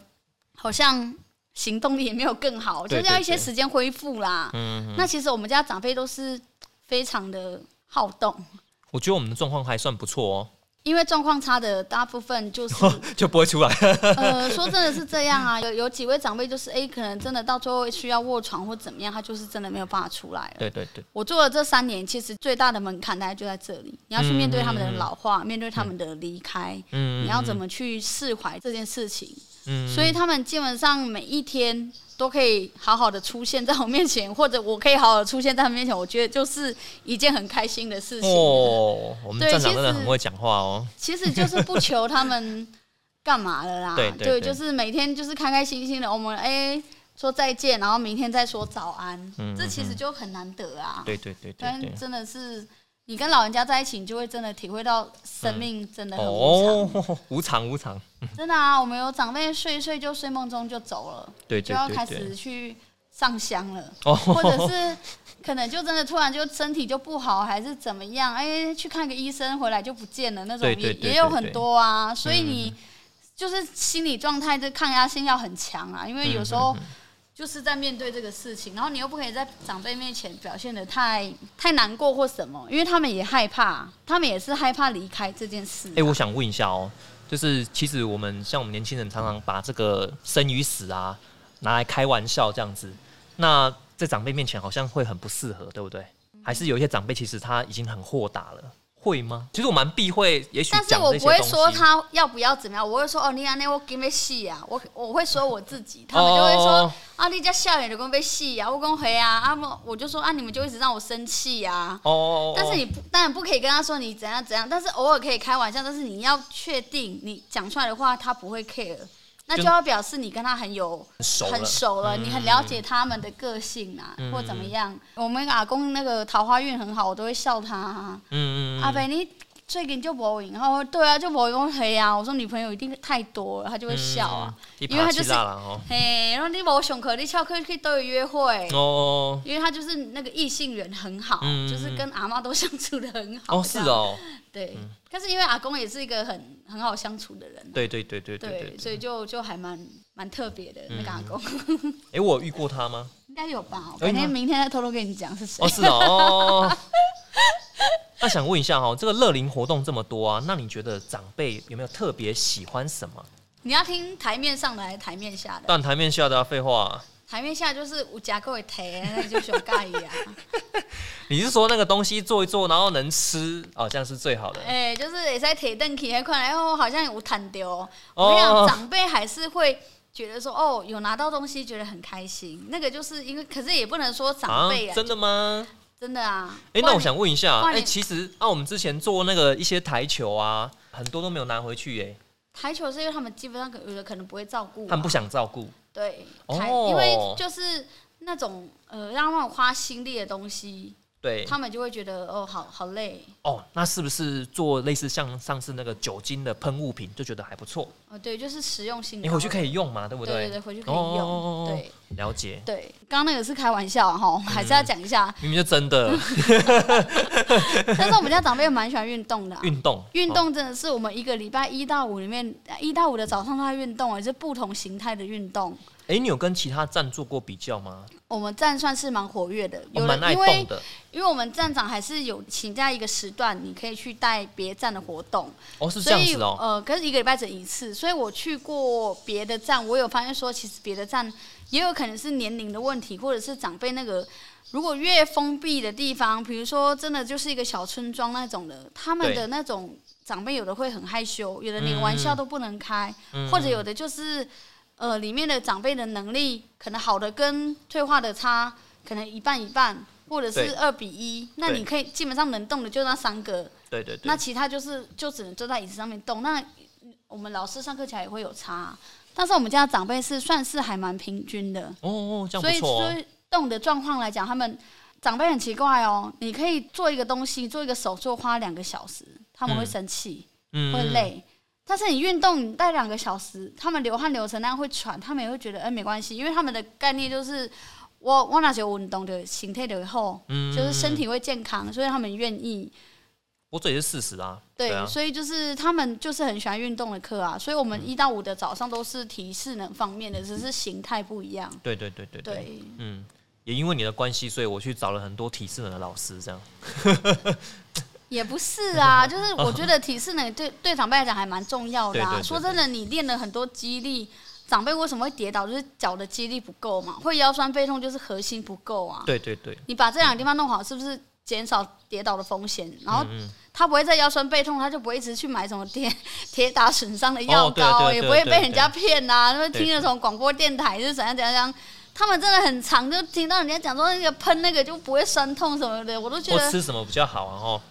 Speaker 2: 好像行动力也没有更好，就
Speaker 1: 对
Speaker 2: 是要一些
Speaker 1: 对对
Speaker 2: 时间恢复啦。
Speaker 1: 嗯，
Speaker 2: 那其实我们家长辈都是非常的好动。
Speaker 1: 我觉得我们的状况还算不错哦，
Speaker 2: 因为状况差的大部 分就是
Speaker 1: 就不会出来。
Speaker 2: 呃，说真的是这样啊，有有几位长辈就是，哎、可能真的到最后需要卧床或怎么样，他就是真的没有办法出来了。
Speaker 1: 对对对，
Speaker 2: 我做了这三年，其实最大的门槛大概就在这里，你要去面对他们的老化，面对他们的离开，
Speaker 1: 嗯，
Speaker 2: 你要怎
Speaker 1: 么？
Speaker 2: 么去释怀这件事情。
Speaker 1: 嗯，
Speaker 2: 所以他们基本上每一天都可以好好的出现在我面前，或者我可以好好的出现在他们面前，我觉得就是一件很开心的事情。啊
Speaker 1: 哦，我们
Speaker 2: 对
Speaker 1: 站长
Speaker 2: 其
Speaker 1: 真的
Speaker 2: 实
Speaker 1: 很会讲话哦。
Speaker 2: 其实就是不求他们干嘛了 啦，
Speaker 1: 对对对
Speaker 2: 就是每天就是开开心心的，我们哎、说再见，然后明天再说早安，
Speaker 1: 嗯
Speaker 2: 这其实
Speaker 1: 嗯
Speaker 2: 就很难得啊。
Speaker 1: 对对对对
Speaker 2: 但
Speaker 1: 对。
Speaker 2: 真的是你跟老人家在一起，你就会真的体会到生命真的很无常，
Speaker 1: 哦，无常无常，
Speaker 2: 真的啊，我们有长辈睡一睡就睡梦中就走了，
Speaker 1: 对
Speaker 2: 就
Speaker 1: 对
Speaker 2: 要
Speaker 1: 对
Speaker 2: 开
Speaker 1: 对
Speaker 2: 始。去上香了。
Speaker 1: 哦，
Speaker 2: 或者是可能就真的突然就身体就不好，还是怎么样？哎、去看个医生回来就不见了，那种
Speaker 1: 对对
Speaker 2: 也
Speaker 1: 对嗯
Speaker 2: 也有很多啊。所以你就是心理状态，这抗压性要很强啊，因为有时候
Speaker 1: 嗯
Speaker 2: 就是在面对这个事情，然后你又不可以在长辈面前表现的太太难过或什么，因为他们也害怕，他们也是害怕离开这件事啊、
Speaker 1: 哎、我想问一下哦，就是其实我们像我们年轻人常常把这个生与死啊拿来开玩笑这样子，那在长辈面前好像会很不适合，对不对？还是有一些长辈其实他已经很豁达了，会吗？其实我蛮避讳，也许
Speaker 2: 但是
Speaker 1: 讲
Speaker 2: 我
Speaker 1: 这些
Speaker 2: 不会
Speaker 1: 东西
Speaker 2: 说他要不要怎么样，我会说哦，你安内我给被戏啊，我我会说我自己，他们就会说、
Speaker 1: 哦
Speaker 2: 啊，你家校园的工被戏啊，我跟回啊，啊么我就说啊，你们就一直让我生气啊。
Speaker 1: 哦，
Speaker 2: 但是你不当然不可以跟他说你怎样怎样，但是偶尔可以开玩笑，但是你要确定你讲出来的话他不会 care，那就
Speaker 1: 就
Speaker 2: 要表示你跟他很有
Speaker 1: 很熟了嗯
Speaker 2: 很熟了，你很了解他们的个性啊，或怎么样。我们阿公那个桃花运很好，我都会笑他、啊
Speaker 1: 嗯嗯嗯
Speaker 2: 阿北你最近就无赢，然后对啊就无赢，我说嘿啊，我说女朋友一定太多了，他就会笑啊，
Speaker 1: 嗯
Speaker 2: 因为他就
Speaker 1: 一爬起
Speaker 2: 是
Speaker 1: 来了哦
Speaker 2: 嘿，然后你无上课，你翘课去都有约会。
Speaker 1: 哦
Speaker 2: 因为他就是那个异性缘很好，
Speaker 1: 嗯
Speaker 2: 就是跟阿妈都相处的很好。
Speaker 1: 哦是，哦，
Speaker 2: 对。但是因为阿公也是一个很很好相处的人啊、
Speaker 1: 对对对对对
Speaker 2: 对
Speaker 1: 对。
Speaker 2: 所以就就还蛮蛮特别的、那个阿公，
Speaker 1: 哎，我有遇过他吗？
Speaker 2: 应该有吧？我
Speaker 1: 有
Speaker 2: 改天
Speaker 1: 吗
Speaker 2: 明天再偷偷跟你讲是谁。
Speaker 1: 哎哦是哦哦。 那想问一下哈，这个乐龄活动这么多啊，那你觉得长辈有没有特别喜欢什么？
Speaker 2: 你要听台面上的还是台面下的？
Speaker 1: 但台面下的啊废话啊，
Speaker 2: 台面下就是我夹够也抬，那就熊盖一样。
Speaker 1: 你是说那个东西做一做，然后能吃哦，这样是最好的。
Speaker 2: 哎、就是也在铁凳起那块，然后哦好像有谈丢。
Speaker 1: 哦
Speaker 2: 我跟你讲，长辈还是会觉得说，哦，有拿到东西，觉得很开心。那个就是因为，可是也不能说长辈啊，
Speaker 1: 真的吗？
Speaker 2: 真的啊。
Speaker 1: 哎、
Speaker 2: 不然
Speaker 1: 那我想问一下，
Speaker 2: 不
Speaker 1: 哎、
Speaker 2: 然你
Speaker 1: 其实啊，我们之前做那个一些台球啊，很多都没有拿回去、耶，
Speaker 2: 台球是因为他们基本上可有的可能不会照顾啊、
Speaker 1: 他们不想照顾。
Speaker 2: 对
Speaker 1: 哦
Speaker 2: 台，因为就是那种呃让他们花心力的东西，
Speaker 1: 对，
Speaker 2: 他们就会觉得哦，好好累。
Speaker 1: 哦，那是不是做类似像上次那个酒精的喷雾瓶，就觉得还不错？
Speaker 2: 哦，对，就是实用性。
Speaker 1: 你回去可
Speaker 2: 以。
Speaker 1: 以用嘛，对不
Speaker 2: 对对
Speaker 1: 对
Speaker 2: 对，回去可以用。
Speaker 1: 哦
Speaker 2: 对
Speaker 1: 了解，
Speaker 2: 对，刚刚那个是开玩笑啊哈，还是要讲一下。
Speaker 1: 明明就真的
Speaker 2: 但是我们家长辈蛮喜欢运动的啊、
Speaker 1: 运动，
Speaker 2: 运
Speaker 1: 哦
Speaker 2: 动真的是我们一个礼拜一到五里面，呃一到五的早上都在运动，也是不同形态的运动。
Speaker 1: 哎、你有跟其他站做过比较吗？
Speaker 2: 我们站算是蛮活跃的，
Speaker 1: 我
Speaker 2: 有
Speaker 1: 哦蛮
Speaker 2: 的
Speaker 1: 爱
Speaker 2: 因为
Speaker 1: 动的。
Speaker 2: 因为我们站长还是有请假一个时段，你可以去带别站的活动，
Speaker 1: 哦，是这
Speaker 2: 所
Speaker 1: 样
Speaker 2: 以
Speaker 1: 子哦。
Speaker 2: 呃，可是一个礼拜只一次，所以我去过别的站，我有发现说，其实别的站也有可能是年龄的问题，或者是长辈那个。如果越封闭的地方，比如说真的就是一个小村庄那种的，他们
Speaker 1: 对
Speaker 2: 的那种长辈有的会很害羞，有的连
Speaker 1: 嗯
Speaker 2: 玩笑都不能开，
Speaker 1: 嗯
Speaker 2: 或者有的就是呃里面的长辈的能力可能好的跟退化的差，可能一半一半，或者
Speaker 1: 对
Speaker 2: 是二比一。那
Speaker 1: 对
Speaker 2: 你可以基本上能动的就那三个，
Speaker 1: 对对对
Speaker 2: 那，其他就是就只能坐在椅子上面动。那我们老师上课起来也会有差，啊但是我们家长辈是算是还蛮平均的，
Speaker 1: 哦哦，这样
Speaker 2: 所以
Speaker 1: 不错
Speaker 2: 所
Speaker 1: 哦。
Speaker 2: 以动的状况来讲，他们长辈很奇怪哦。你可以做一个东西，做一个手作花两个小时，他们会
Speaker 1: 嗯
Speaker 2: 生气，
Speaker 1: 嗯
Speaker 2: 会。累。但是你运动，你带两个小时，他们流汗流成那样会喘，他们也会觉得，哎、没关系，因为他们的概念就是，我我哪些运动的形态的后，
Speaker 1: 嗯
Speaker 2: 就是身体会健康，所以他们愿意。
Speaker 1: 不过这也是事实啊。
Speaker 2: 对，
Speaker 1: 啊，
Speaker 2: 所以就是他们就是很喜欢运动的课啊，所以我们一到五的早上都是提示能方面的，只是形态不一样。
Speaker 1: 对对对对对，
Speaker 2: 对，
Speaker 1: 嗯，也因为你的关系，所以我去找了很多体适能的老师，这样。
Speaker 2: 也不是啊，就是我觉得体适能对对长辈来讲还蛮重要的
Speaker 1: 对
Speaker 2: 啊。
Speaker 1: 对对
Speaker 2: 说真的，你练了很多肌力，长辈为什么会跌倒？就是脚的肌力不够嘛，会腰酸背痛就是核心不够啊。
Speaker 1: 对对对，
Speaker 2: 你把这两个地方弄好，是不是减少跌倒的风险？然后
Speaker 1: 嗯嗯
Speaker 2: 他不会再腰酸背痛，他就不会一直去买什么 跌跌打损伤的药
Speaker 1: 哦对啊
Speaker 2: 膏，
Speaker 1: 对啊
Speaker 2: 也
Speaker 1: 对啊
Speaker 2: 不会
Speaker 1: 对啊
Speaker 2: 被人家骗啊。那么听
Speaker 1: 对
Speaker 2: 那种广播电台是怎样怎样怎样，他们真的很长，就听到人家讲说那个喷那个就不会酸痛什么的，我都觉
Speaker 1: 或
Speaker 2: 得
Speaker 1: 吃什么比较好啊？哦，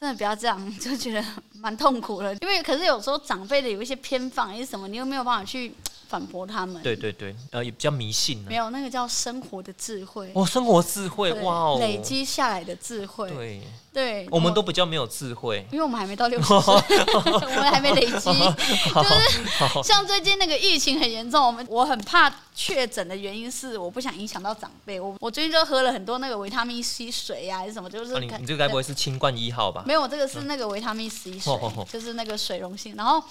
Speaker 2: 真的不要这样，就觉得蛮痛苦的。因为可是有时候长辈的有一些偏方还是什么，你又没有办法去反驳他们。
Speaker 1: 对，对对，呃，也比较迷信
Speaker 2: 没
Speaker 1: 呢。
Speaker 2: 有那个叫生活的智慧，
Speaker 1: 哦，生活智慧
Speaker 2: 对
Speaker 1: 哇哦，
Speaker 2: 累积下来的智慧。
Speaker 1: 对，
Speaker 2: 对，
Speaker 1: 我们都比较没有智慧。
Speaker 2: 因为我们还没 到六十
Speaker 1: 哦
Speaker 2: 岁，我们还没累积。就是像最近那个疫情很严重，我们我很怕确诊的原因是我不想影响到长辈。我我最近就喝了很多那个维他命 C 水呀、还是什么，就是、
Speaker 1: 啊，你你这个该不会是清冠一号吧？
Speaker 2: 没有，这个是那个维他命 C 水，
Speaker 1: 嗯哦哦哦
Speaker 2: 就是那个水溶性。然后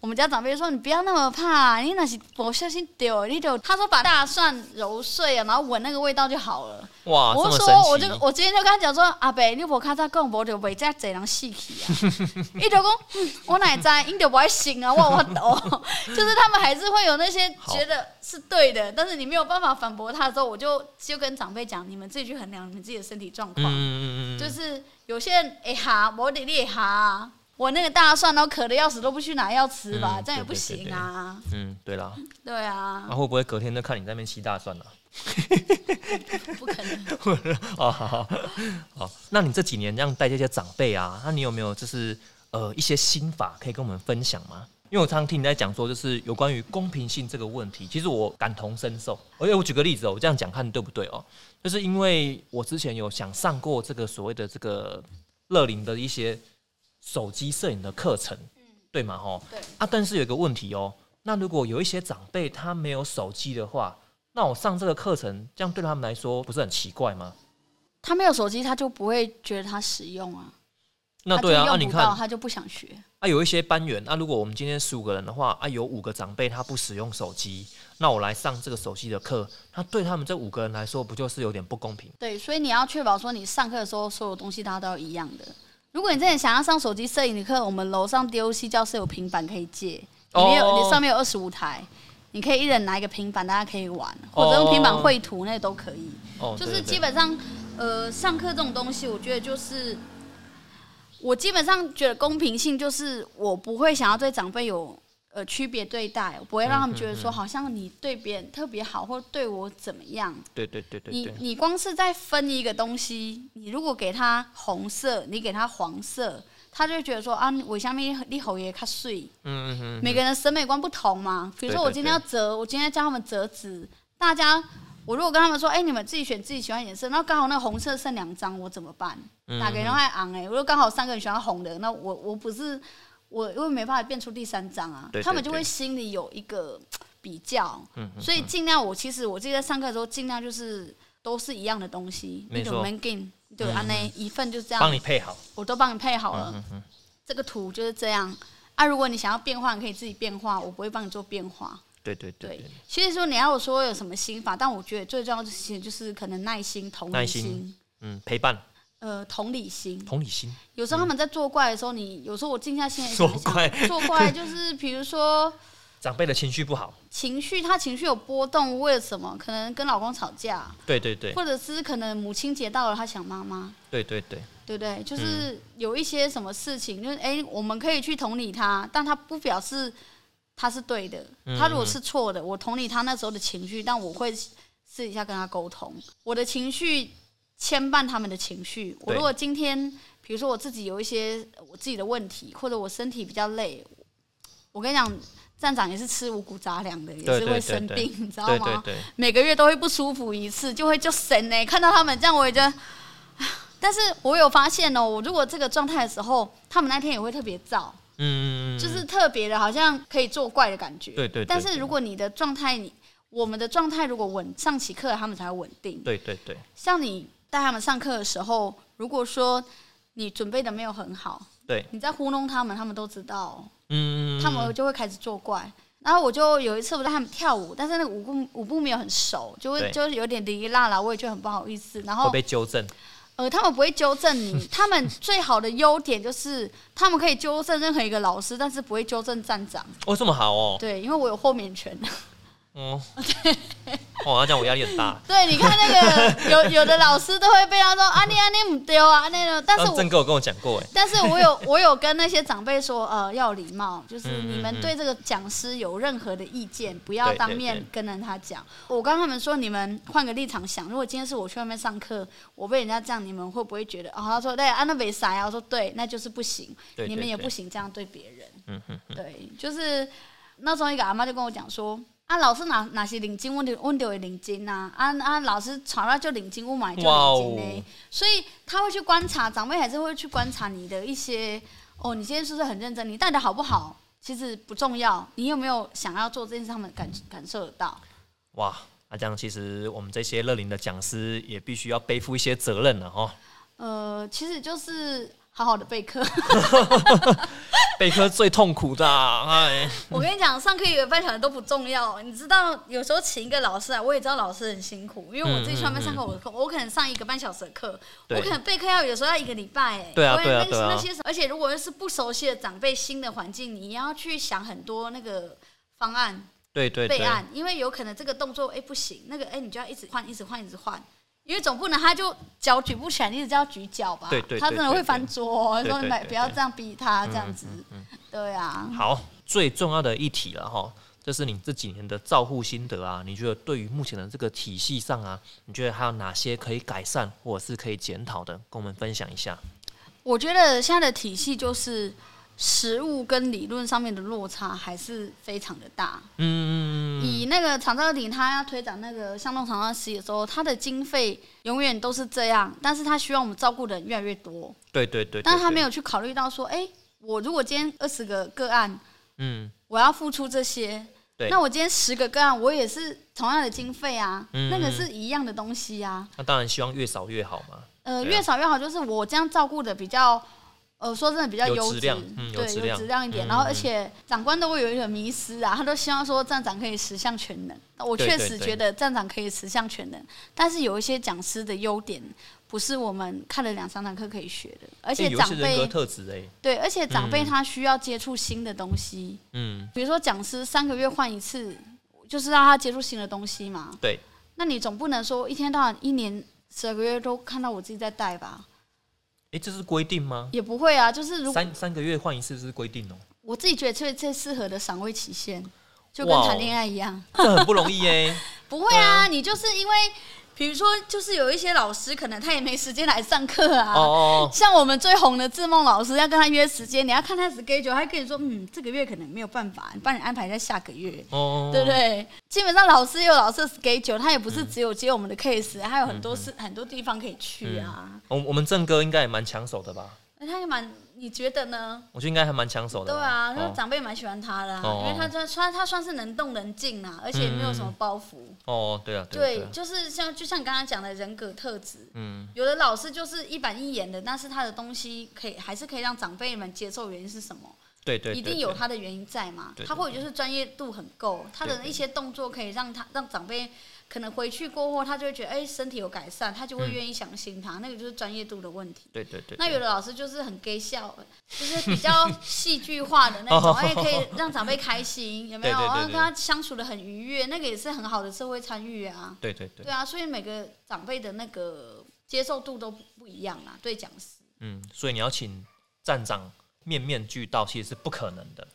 Speaker 2: 我们家长辈说：“你不要那么怕，你那是不小心丢，你就他说把大蒜揉碎啊，然后闻那个味道就好了。
Speaker 1: 哇，这
Speaker 2: 我
Speaker 1: 么
Speaker 2: 就
Speaker 1: 神
Speaker 2: 说，我就
Speaker 1: 奇！
Speaker 2: 我今天就跟他讲说，阿伯，你无较早讲，无就袂遮侪人死去啊。伊就讲，嗯我哪会知，因就不爱信啊，我有法度。就是他们还是会有那些
Speaker 1: 好
Speaker 2: 觉得是对的，但是你没有办法反驳他的时候，我就就跟长辈讲，你们自己去衡量你们自己的身体状
Speaker 1: 嗯
Speaker 2: 况。
Speaker 1: 嗯嗯嗯，
Speaker 2: 就是有些人哎哈，我得厉哈啊，我那个大蒜都渴的要死，都不去拿药吃吧，
Speaker 1: 嗯
Speaker 2: 这样也
Speaker 1: 对
Speaker 2: 不
Speaker 1: 对
Speaker 2: 行啊。
Speaker 1: 嗯，对啦，
Speaker 2: 对啊
Speaker 1: 那、，会不会隔天就看你在那边吸大蒜了、
Speaker 2: 不可能。
Speaker 1: 哦，好好好，那你这几年这样带这些长辈啊，那你有没有就是呃一些心法可以跟我们分享吗？因为我常常听你在讲说，就是有关于公平性这个问题，其实我感同身受。而且我举个例子哦，我这样讲看对不对哦？就是因为我之前有想上过这个所谓的这个乐龄的一些手机摄影的课程，
Speaker 2: 嗯
Speaker 1: 对吗？吼，
Speaker 2: 对，
Speaker 1: 啊，但是有一个问题哦，那如果有一些长辈他没有手机的话，那我上这个课程，这样对他们来说不是很奇怪吗？
Speaker 2: 他没有手机，他就不会觉得他实用啊。
Speaker 1: 那对啊，那、
Speaker 2: 他就
Speaker 1: 你
Speaker 2: 用不到，
Speaker 1: 看
Speaker 2: 他就不想学。
Speaker 1: 啊，有一些班员啊，如果我们今天十五个人的话，啊，有五个长辈他不使用手机，那我来上这个手机的课，那对他们这五个人来说，不就是有点不公平？
Speaker 2: 对，所以你要确保说你上课的时候所有东西大家都要一样的。如果你真的想要上手机摄影的课，我们楼上 DOC 教室有平板可以借，里面有、
Speaker 1: 哦
Speaker 2: 你上面有二十五台，你可以一人拿一个平板，大家可以玩，或者用平板绘图那都可以。
Speaker 1: 哦，
Speaker 2: 就
Speaker 1: 对
Speaker 2: 是
Speaker 1: 对对
Speaker 2: 基本上，呃，上课这种东西，我觉得就是，我基本上觉得公平性就是，我不会想要对长辈有呃区别对待，我不会让他们觉得
Speaker 1: 嗯
Speaker 2: 说好像你对别人特别好，或对我怎么样。
Speaker 1: 对对对对
Speaker 2: 你
Speaker 1: 对，
Speaker 2: 你光是在分一个东西，你如果给他红色，你给他黄色，他就会觉得说啊，为什么你你侯爷较水？
Speaker 1: 嗯嗯嗯，
Speaker 2: 每个人的审美观不同嘛。比如
Speaker 1: 对
Speaker 2: 说
Speaker 1: 对
Speaker 2: 我今天要折，我今天教他们折纸，大家我如果跟他们说，哎、你们自己选自己喜欢的颜色，那刚好那红色剩两张，我怎么办？
Speaker 1: 嗯
Speaker 2: 哪个人爱昂哎？如果刚好三个人喜欢红的，那我我不是我因为没办法变出第三张啊，
Speaker 1: 对对
Speaker 2: 他们就
Speaker 1: 对
Speaker 2: 会心里有一个比较，
Speaker 1: 嗯嗯
Speaker 2: 所以尽量我其实我自己在上课的时候，尽量就是都是一样的东西，
Speaker 1: 没
Speaker 2: 那
Speaker 1: 错嗯
Speaker 2: 种 man game 对啊，那一份就这样
Speaker 1: 帮，你配好，
Speaker 2: 我都帮你配好了。
Speaker 1: 嗯嗯
Speaker 2: 这个图就是这样啊。如果你想要变化，你可以自己变化，我不会帮你做变化。
Speaker 1: 对对对
Speaker 2: 对，
Speaker 1: 对，
Speaker 2: 其实说你要我说有什么心法，但我觉得最重要的事情就是可能耐心、同
Speaker 1: 耐
Speaker 2: 理
Speaker 1: 心嗯，陪伴、
Speaker 2: 呃，同理心。
Speaker 1: 同理心，
Speaker 2: 有时候他们在作怪的时候，你有时候我静下心来
Speaker 1: 作
Speaker 2: 想一想，
Speaker 1: 怪
Speaker 2: 作怪就是比如说
Speaker 1: 长辈的情绪不好，
Speaker 2: 情绪，他情绪有波动，为了什么？可能跟老公吵架，
Speaker 1: 对对对
Speaker 2: 或者是可能母亲节到了，他想妈妈。
Speaker 1: 对对对，
Speaker 2: 对不对？就是
Speaker 1: 嗯
Speaker 2: 有一些什么事情，就是哎、我们可以去同理他，但他不表示他是对的。
Speaker 1: 嗯
Speaker 2: 他如果是错的，我同理他那时候的情绪，但我会私底下跟他沟通，我的情绪牵绊他们的情绪。我
Speaker 1: 对
Speaker 2: 如果今天，比如说我自己有一些呃我自己的问题，或者我身体比较累，我跟你讲，站长也是吃五谷杂粮的，也
Speaker 1: 对
Speaker 2: 是
Speaker 1: 对
Speaker 2: 会
Speaker 1: 对
Speaker 2: 生
Speaker 1: 对
Speaker 2: 病，你知道吗？
Speaker 1: 对对对，
Speaker 2: 每个月都会不舒服一次，就会就神呢、看到他们这样，我也觉得。 但是我有发现哦、我如果这个状态的时候，他们那天也会特别燥，
Speaker 1: 嗯嗯嗯，
Speaker 2: 就是特别的，好像可以作怪的感觉。
Speaker 1: 对对对
Speaker 2: 但是如果你的状态，你我们的状态如果稳，上起课来他们才会稳定。
Speaker 1: 嗯对对对
Speaker 2: 像你带他们上课的时候，如果说你准备的没有很好，
Speaker 1: 对，
Speaker 2: 你在糊弄他们，他们都知道哦、
Speaker 1: 嗯，嗯嗯
Speaker 2: 他们就会开始作怪。然后我就有一次我带他们跳舞，但是那个舞步舞步没有很熟，就会
Speaker 1: 对
Speaker 2: 就是有点哩哩啦啦，我也觉得很不好意思。然
Speaker 1: 会
Speaker 2: 后
Speaker 1: 被纠正，
Speaker 2: 呃，他们不会纠正你，他们最好的优点就是他们可以纠正任何一个老师，但是不会纠正站长。
Speaker 1: 哦，这么好哦，
Speaker 2: 对，因为我有豁免权。
Speaker 1: 嗯，哦，那这样我压力很大。
Speaker 2: 对，你看那个有有的老师都会被他说啊你啊你不丢啊那个，但是
Speaker 1: 刚
Speaker 2: 我
Speaker 1: 郑哥有跟我讲过，哎，
Speaker 2: 但是我有我有跟那些长辈说，呃，要有礼貌，就是
Speaker 1: 嗯嗯
Speaker 2: 你们对这个讲师有任何的意见，不要
Speaker 1: 对对
Speaker 2: 当面
Speaker 1: 对
Speaker 2: 跟着他讲。我跟他们说，你们换个立场想，如果今天是我去外面上课，我被人家这样，你们会不会觉得？哦，他说对，啊，那没啥呀。我说对，那就是不行，
Speaker 1: 对
Speaker 2: 你们
Speaker 1: 对
Speaker 2: 也
Speaker 1: 对
Speaker 2: 不行这样对别人。
Speaker 1: 嗯嗯嗯，
Speaker 2: 对，就是那时候一个阿妈就跟我讲说。啊，老师哪哪些领巾，问题问到的领巾呐、啊？啊啊，老师吵到就领巾，我买就领
Speaker 1: 哇哦
Speaker 2: 巾呢、所以他会去观察，长辈还是会去观察你的一些哦，你今天是不是很认真？你带的好不好？其实不重要，你有没有想要做这件事，他们感感受得到。
Speaker 1: 哇，那这样其实我们这些啊哦 乐龄的讲师也必须要背负一些责任了哈。
Speaker 2: 呃，其实就是好好的备课。
Speaker 1: 备课最痛苦的、啊，哎，
Speaker 2: 我跟你讲，上课有半小时都不重要。你知道，有时候请一个老师来，啊我也知道老师很辛苦，因为我自己去外面
Speaker 1: 嗯
Speaker 2: 上课，我的课我可能上一个半小时的课，
Speaker 1: 对
Speaker 2: 我可能备课要有时候要一个礼拜、哎，
Speaker 1: 对啊
Speaker 2: 我也
Speaker 1: 对啊
Speaker 2: 那
Speaker 1: 对啊
Speaker 2: 那些，而且如果是不熟悉的长辈、新的环境，你要去想很多那个方案
Speaker 1: 对对
Speaker 2: 备
Speaker 1: 对，
Speaker 2: 案，因为有可能这个动作哎、不行，那个哎、你就要一直换，一直换，一直换。因为总不能他就脚举不起来，你一直叫他举脚吧，
Speaker 1: 对对对
Speaker 2: 他真的
Speaker 1: 对
Speaker 2: 会
Speaker 1: 对
Speaker 2: 翻桌、哦，
Speaker 1: 对
Speaker 2: 说
Speaker 1: 对
Speaker 2: 你买
Speaker 1: 对
Speaker 2: 不要
Speaker 1: 对
Speaker 2: 这样逼他这样
Speaker 1: 嗯
Speaker 2: 子，
Speaker 1: 嗯嗯
Speaker 2: 对啊。
Speaker 1: 好，最重要的一题了哈，这是你这几年的照护心得啊。你觉得对于目前的这个体系上啊，你觉得还有哪些可以改善或者是可以检讨的，跟我们分享一下？
Speaker 2: 我觉得现在的体系就是实物跟理论上面的落差还是非常的大。
Speaker 1: 嗯，
Speaker 2: 以那个长照顶，他要推展那个巷弄长照实习的时候，他的经费永远都是这样，但是他希望我们照顾的人越来越多，
Speaker 1: 对对对
Speaker 2: 但是他没
Speaker 1: 有，
Speaker 2: 有去考虑到说，哎、我如果今天二十个个案，
Speaker 1: 嗯，
Speaker 2: 我要付出这些
Speaker 1: 对。
Speaker 2: 那我今天十个个案，我也是同样的经费啊，
Speaker 1: 嗯
Speaker 2: 那个是一样的东西啊。
Speaker 1: 那当然希望越少越好嘛。
Speaker 2: 呃，
Speaker 1: 对啊
Speaker 2: 越少越好，就是我这样照顾的比较，呃，说真的比较
Speaker 1: 有
Speaker 2: 优
Speaker 1: 质
Speaker 2: 质
Speaker 1: 量嗯，有
Speaker 2: 对，
Speaker 1: 质
Speaker 2: 有
Speaker 1: 量
Speaker 2: 质量一点。
Speaker 1: 嗯
Speaker 2: 然后，
Speaker 1: 嗯
Speaker 2: 而且长官都会有一个迷失啊，他都希望说站长可以十项全能。我
Speaker 1: 对
Speaker 2: 确
Speaker 1: 对
Speaker 2: 实
Speaker 1: 对
Speaker 2: 觉得站长可以十项全能，但是有一些讲师的优点不是我们看了两三堂课可以学的，而
Speaker 1: 诶
Speaker 2: 且
Speaker 1: 有一
Speaker 2: 长
Speaker 1: 些人格
Speaker 2: 辈
Speaker 1: 特质哎、诶
Speaker 2: 对，而且长辈
Speaker 1: 嗯
Speaker 2: 他需要接触新的东西，
Speaker 1: 嗯，
Speaker 2: 比如说讲师三个月换一次，就是让他接触新的东西嘛。
Speaker 1: 对，
Speaker 2: 那你总不能说一天到晚一年十二个月都看到我自己在带吧？
Speaker 1: 哎、这是规定吗？
Speaker 2: 也不会啊，就是如果
Speaker 1: 三三个月换一次是规定哦、
Speaker 2: 我自己觉得最最适合的赏味期限，就
Speaker 1: 哇
Speaker 2: 跟
Speaker 1: 哦
Speaker 2: 谈恋爱一样，
Speaker 1: 这很不容易哎、
Speaker 2: 不会啊，你就是因为，比如说，就是有一些老师可能他也没时间来上课啊。
Speaker 1: 哦哦，哦
Speaker 2: 像我们最红的志梦老师，要跟他约时间，你要看他 schedule，他跟你说，嗯，这个月可能没有办法，你帮你安排在下个月，
Speaker 1: 哦，
Speaker 2: 对不对？基本上老师也有老师的 schedule，他也不是只有接我们的 case，还有很
Speaker 1: 嗯
Speaker 2: 多是很多地方可以去啊。
Speaker 1: 我我们正哥应该也蛮抢手的吧？
Speaker 2: 那他也蛮，你觉得呢？
Speaker 1: 我觉得应该还蛮抢手的
Speaker 2: 对
Speaker 1: 吧。
Speaker 2: 啊，那
Speaker 1: 哦
Speaker 2: 长辈蛮喜欢他的、啊，
Speaker 1: 哦
Speaker 2: 因为他算算他算是能动能静啊，而且没有什么包袱。
Speaker 1: 哦，对啊，对啊
Speaker 2: 对
Speaker 1: 对，啊，
Speaker 2: 就是像就像你刚刚讲的人格特质，
Speaker 1: 嗯，
Speaker 2: 有的老师就是一板一眼的，但是他的东西可以还是可以让长辈们接受，原因是什么？
Speaker 1: 对对，
Speaker 2: 一
Speaker 1: 对
Speaker 2: 定有
Speaker 1: 对
Speaker 2: 他的原因在嘛
Speaker 1: 对对？
Speaker 2: 他或者就是专业度很够，他
Speaker 1: 对
Speaker 2: 的
Speaker 1: 对
Speaker 2: 一些动作可以让他让长辈可能回去过后，他就会觉得哎、身体有改善，他就会
Speaker 1: 嗯
Speaker 2: 愿意相信他，那个就是专业度的问题。
Speaker 1: 对对对，
Speaker 2: 那
Speaker 1: 对
Speaker 2: 有的老师就是很 gay 笑，就是比较 戏剧化的那种，
Speaker 1: 哦
Speaker 2: 哎，可以让长辈开心，有没有？
Speaker 1: 对对对
Speaker 2: 然后
Speaker 1: 对
Speaker 2: 跟他相处的很愉悦，那个也是很好的社会参与啊。
Speaker 1: 对对对
Speaker 2: 对，啊，所以每个长辈的那个接受度都不一样啊，对讲师。
Speaker 1: 嗯，所以你要请站长面面俱到，其实是不可能的，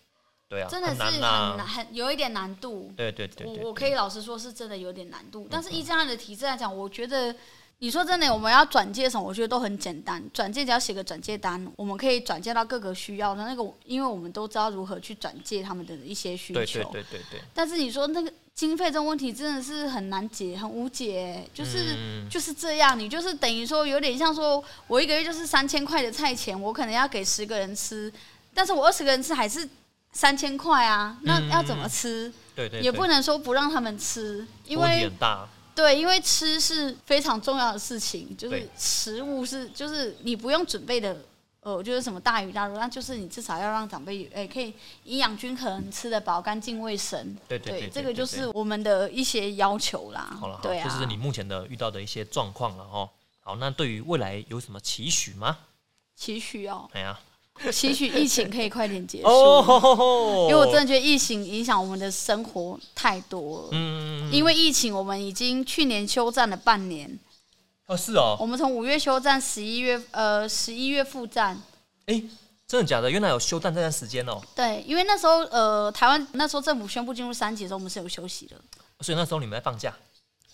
Speaker 1: 对啊，
Speaker 2: 真的是
Speaker 1: 很
Speaker 2: 很
Speaker 1: 难
Speaker 2: 难，
Speaker 1: 呐，
Speaker 2: 很有一点难度。
Speaker 1: 对对对对，嗯
Speaker 2: 我我可以老实说，是真的有点难度。但是依这样的体制来讲，我觉得你说真的，我们要转介什么，我觉得都很简单。转介只要写个转介单，我们可以转介到各个需要的那个，因为我们都知道如何去转介他们的一些需求。
Speaker 1: 对对对对对，
Speaker 2: 但是你说那个经费这种问题真的是很难解，很无解，欸就是、
Speaker 1: 嗯
Speaker 2: 就是这样，你就是等于说有点像说，我一个月就是三千块的菜钱，我可能要给十个人吃，但是我二十个人吃还是三千块啊，那
Speaker 1: 嗯
Speaker 2: 要怎么吃？
Speaker 1: 对对，
Speaker 2: 也
Speaker 1: 对
Speaker 2: 不能说不让他们吃，因
Speaker 1: 问题
Speaker 2: 为
Speaker 1: 很大，
Speaker 2: 对，因为吃是非常重要的事情，就是
Speaker 1: 对
Speaker 2: 食物是就是你不用准备的，呃，就是什么大鱼大肉，那就是你至少要让长辈诶、可以营养均衡，吃得饱，干净卫生。
Speaker 1: 对对对，
Speaker 2: 这个
Speaker 1: 对
Speaker 2: 就
Speaker 1: 对
Speaker 2: 是我们的一些要求啦。
Speaker 1: 好了，好
Speaker 2: 对啊，
Speaker 1: 这是你目前的遇到的一些状况了哦。好，那对于未来有什么期许吗？
Speaker 2: 期许哦，
Speaker 1: 哎呀，
Speaker 2: 期许疫情可以快点结束，
Speaker 1: 哦吼吼吼，
Speaker 2: 因为我真的觉得疫情影响我们的生活太多了。
Speaker 1: 嗯，
Speaker 2: 因为疫情，我们已经去年休战了半年，
Speaker 1: 哦是哦，
Speaker 2: 我们从五月休战，十一月呃十一月复战，
Speaker 1: 哎，真的假的？原来有休战这段时间哦，
Speaker 2: 对，因为那时候呃台湾那时候政府宣布进入三级的时候，我们是有休息的。
Speaker 1: 所以那时候你们在放假，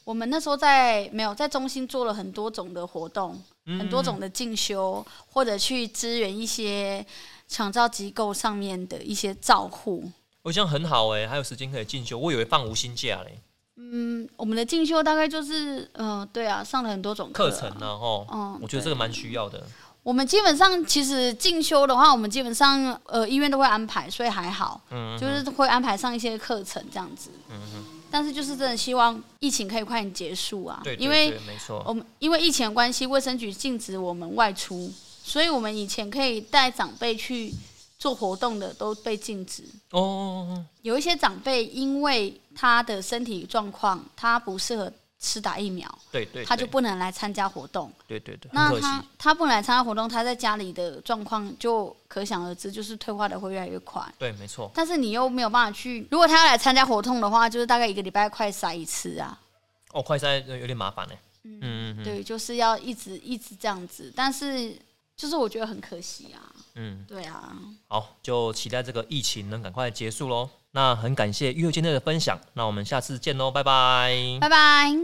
Speaker 2: 我们那时候在没有在中心做了很多种的活动，
Speaker 1: 嗯
Speaker 2: 很多种的进修，或者去支援一些长照机构上面的一些照护。
Speaker 1: 我这样很好哎、还有时间可以进修。我以为放无薪假嘞，
Speaker 2: 嗯，我们的进修大概就是，嗯、对啊，上了很多种
Speaker 1: 课
Speaker 2: 啊
Speaker 1: 程呢、啊、吼，
Speaker 2: 嗯
Speaker 1: 我觉得这个蛮需要的。
Speaker 2: 我们基本上其实进修的话，我们基本上呃医院都会安排，所以还好，
Speaker 1: 嗯，
Speaker 2: 就是会安排上一些课程这样子。但是就是真的希望疫情可以快点结束啊，
Speaker 1: 对，对
Speaker 2: 因为哦
Speaker 1: 对没错，
Speaker 2: 我们因为疫情的关系，卫生局禁止我们外出，所以我们以前可以带长辈去做活动的都被禁止。
Speaker 1: 哦，
Speaker 2: 有一些长辈因为他的身体状况，他不适合吃打疫苗，
Speaker 1: 对对，
Speaker 2: 他就
Speaker 1: 对
Speaker 2: 不能来参加活动。
Speaker 1: 对对对，很
Speaker 2: 那
Speaker 1: 可
Speaker 2: 他
Speaker 1: 惜，
Speaker 2: 他不能来参加活动，他在家里的状况就可想而知，就是退化的会越来越快。
Speaker 1: 对，没错，
Speaker 2: 但是你又没有办法去，如果他要来参加活动的话，就是大概一个礼拜快筛一次啊。
Speaker 1: 哦，快筛有点麻烦呢。嗯嗯嗯，
Speaker 2: 对，就是要一直一直这样子，但是就是我觉得很可惜啊。
Speaker 1: 嗯，
Speaker 2: 对啊，
Speaker 1: 好，就期待这个疫情能赶快结束喽。那很感谢育儿舰队的分享，那我们下次见喽，拜拜
Speaker 2: 拜拜。